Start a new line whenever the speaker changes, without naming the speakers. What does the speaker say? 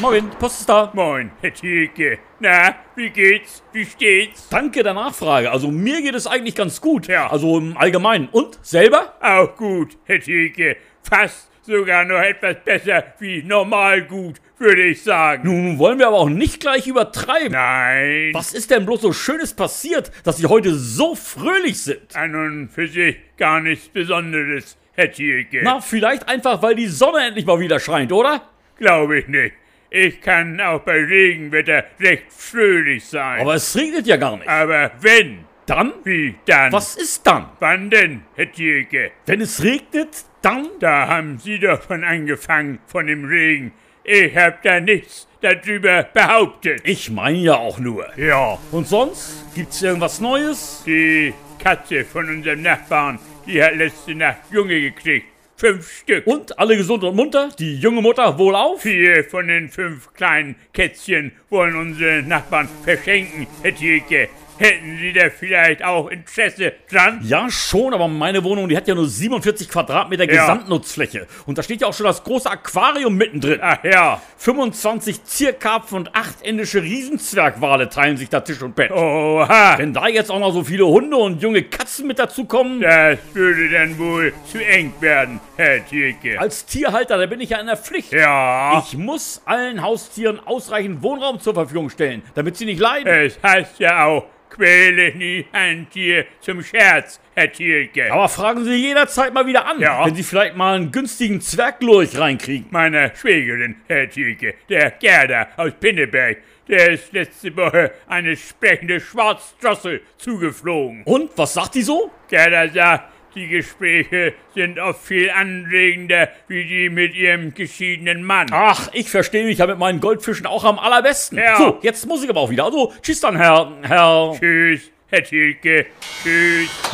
Moin, Post ist da.
Moin, Herr Thielke. Na, wie geht's? Wie steht's?
Danke der Nachfrage. Also mir geht es eigentlich ganz gut.
Ja.
Also im Allgemeinen. Und selber?
Auch gut, Herr Thielke. Fast sogar noch etwas besser wie normal gut, würde ich sagen.
Nun wollen wir aber auch nicht gleich übertreiben.
Nein.
Was ist denn bloß so Schönes passiert, dass Sie heute so fröhlich sind?
An und für sich gar nichts Besonderes, Herr Thielke.
Na, vielleicht einfach, weil die Sonne endlich mal wieder scheint, oder?
Glaube ich nicht. Ich kann auch bei Regenwetter recht fröhlich sein.
Aber es regnet ja gar nicht.
Aber wenn,
Dann?
wie dann?
Was ist dann?
Wann denn, Herr Thielke?
Wenn es regnet, dann?
Da haben Sie doch von angefangen, von dem Regen. Ich hab da nichts darüber behauptet.
Ich meine ja auch nur.
Ja.
Und sonst? Gibt's irgendwas Neues?
Die Katze von unserem Nachbarn, die hat letzte Nacht Junge gekriegt. Fünf Stück.
Und alle gesund und munter? Die junge Mutter wohlauf?
Vier von den fünf kleinen Kätzchen wollen unsere Nachbarn verschenken, Herr Thielke. Hätten Sie da vielleicht auch Interesse dran?
Ja, schon, aber meine Wohnung, die hat ja nur 47 Quadratmeter
Ja.
Gesamtnutzfläche. Und da steht ja auch schon das große Aquarium mittendrin.
Ach ja.
25 Zierkarpfen und 8 indische Riesenzwergwale teilen sich da Tisch und Bett.
Oha.
Wenn da jetzt auch noch so viele Hunde und junge Katzen mit dazukommen,
Das würde dann wohl zu eng werden, Herr Thielke.
als Tierhalter, da bin ich ja in der Pflicht.
Ja.
Ich muss allen Haustieren ausreichend Wohnraum zur Verfügung stellen, damit sie nicht leiden.
Es heißt ja auch, quäle nie ein Tier zum Scherz, Herr Thielke.
Aber fragen Sie jederzeit mal wieder an,
Ja.
wenn Sie vielleicht mal einen günstigen Zwerglurch reinkriegen.
Meiner Schwägerin, Herr Thielke, der Gerda aus Pinneberg, der ist letzte Woche eine sprechende Schwarzdrossel zugeflogen.
Und, was sagt die so?
Gerda sagt, die Gespräche sind oft viel anregender wie die mit ihrem geschiedenen Mann.
Ach, ich verstehe mich ja mit meinen Goldfischen auch am allerbesten.
Ja.
So, jetzt muss ich aber auch wieder. Also, tschüss dann, Herr, Herr...
Tschüss, Herr Thielke. Tschüss.